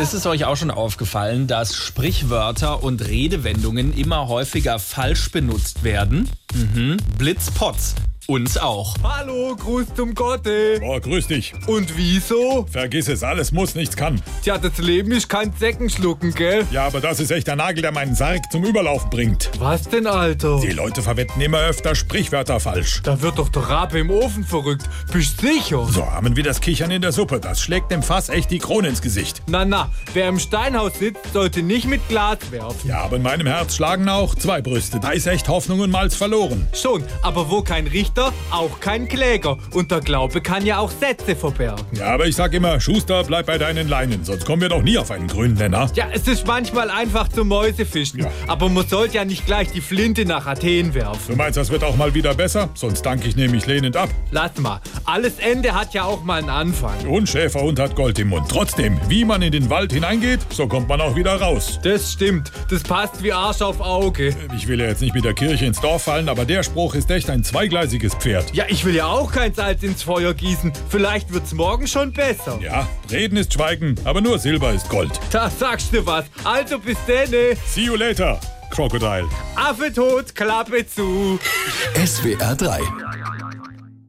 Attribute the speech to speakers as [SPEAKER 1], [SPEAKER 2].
[SPEAKER 1] Ist es euch auch schon aufgefallen, dass Sprichwörter und Redewendungen immer häufiger falsch benutzt werden? Mhm. Blitzpots. Uns auch.
[SPEAKER 2] Hallo, Gruß zum Gotte.
[SPEAKER 3] Boah, grüß dich.
[SPEAKER 2] Und wieso?
[SPEAKER 3] Vergiss es, alles muss, nichts kann.
[SPEAKER 2] Tja, das Leben ist kein Säckenschlucken, gell?
[SPEAKER 3] Ja, aber das ist echt der Nagel, der meinen Sarg zum Überlaufen bringt.
[SPEAKER 2] Was denn, Alter?
[SPEAKER 3] Die Leute verwenden immer öfter Sprichwörter falsch.
[SPEAKER 2] Da wird doch der Rabe im Ofen verrückt. Bist sicher?
[SPEAKER 3] So haben wir das Kichern in der Suppe. Das schlägt dem Fass echt die Krone ins Gesicht.
[SPEAKER 2] Na, na, wer im Steinhaus sitzt, sollte nicht mit Glas werfen.
[SPEAKER 3] Ja, aber in meinem Herz schlagen auch zwei Brüste. Da ist echt Hoffnung und Malz verloren.
[SPEAKER 2] Schon, aber wo kein Richter, auch kein Kläger. Und der Glaube kann ja auch Sätze verbergen.
[SPEAKER 3] Ja, aber ich sag immer, Schuster, bleib bei deinen Leinen, sonst kommen wir doch nie auf einen grünen Nenner.
[SPEAKER 2] Ja, es ist manchmal einfach zum Mäusefischen.
[SPEAKER 3] Ja.
[SPEAKER 2] Aber man sollte ja nicht gleich die Flinte nach Athen werfen.
[SPEAKER 3] Du meinst, das wird auch mal wieder besser? Sonst danke ich nämlich lehnend ab.
[SPEAKER 2] Lass mal, alles Ende hat ja auch mal einen Anfang.
[SPEAKER 3] Und Schäferhund hat Gold im Mund. Trotzdem, wie man in den Wald hineingeht, so kommt man auch wieder raus.
[SPEAKER 2] Das stimmt, das passt wie Arsch auf Auge.
[SPEAKER 3] Ich will ja jetzt nicht mit der Kirche ins Dorf fallen, aber der Spruch ist echt ein zweigleisiges Pferd.
[SPEAKER 2] Ja, ich will ja auch kein Salz ins Feuer gießen. Vielleicht wird's morgen schon besser.
[SPEAKER 3] Ja, reden ist Schweigen, aber nur Silber ist Gold.
[SPEAKER 2] Da sagst du was. Also bis denne.
[SPEAKER 3] See you later, Crocodile.
[SPEAKER 2] Affe tot, Klappe zu.
[SPEAKER 4] SWR 3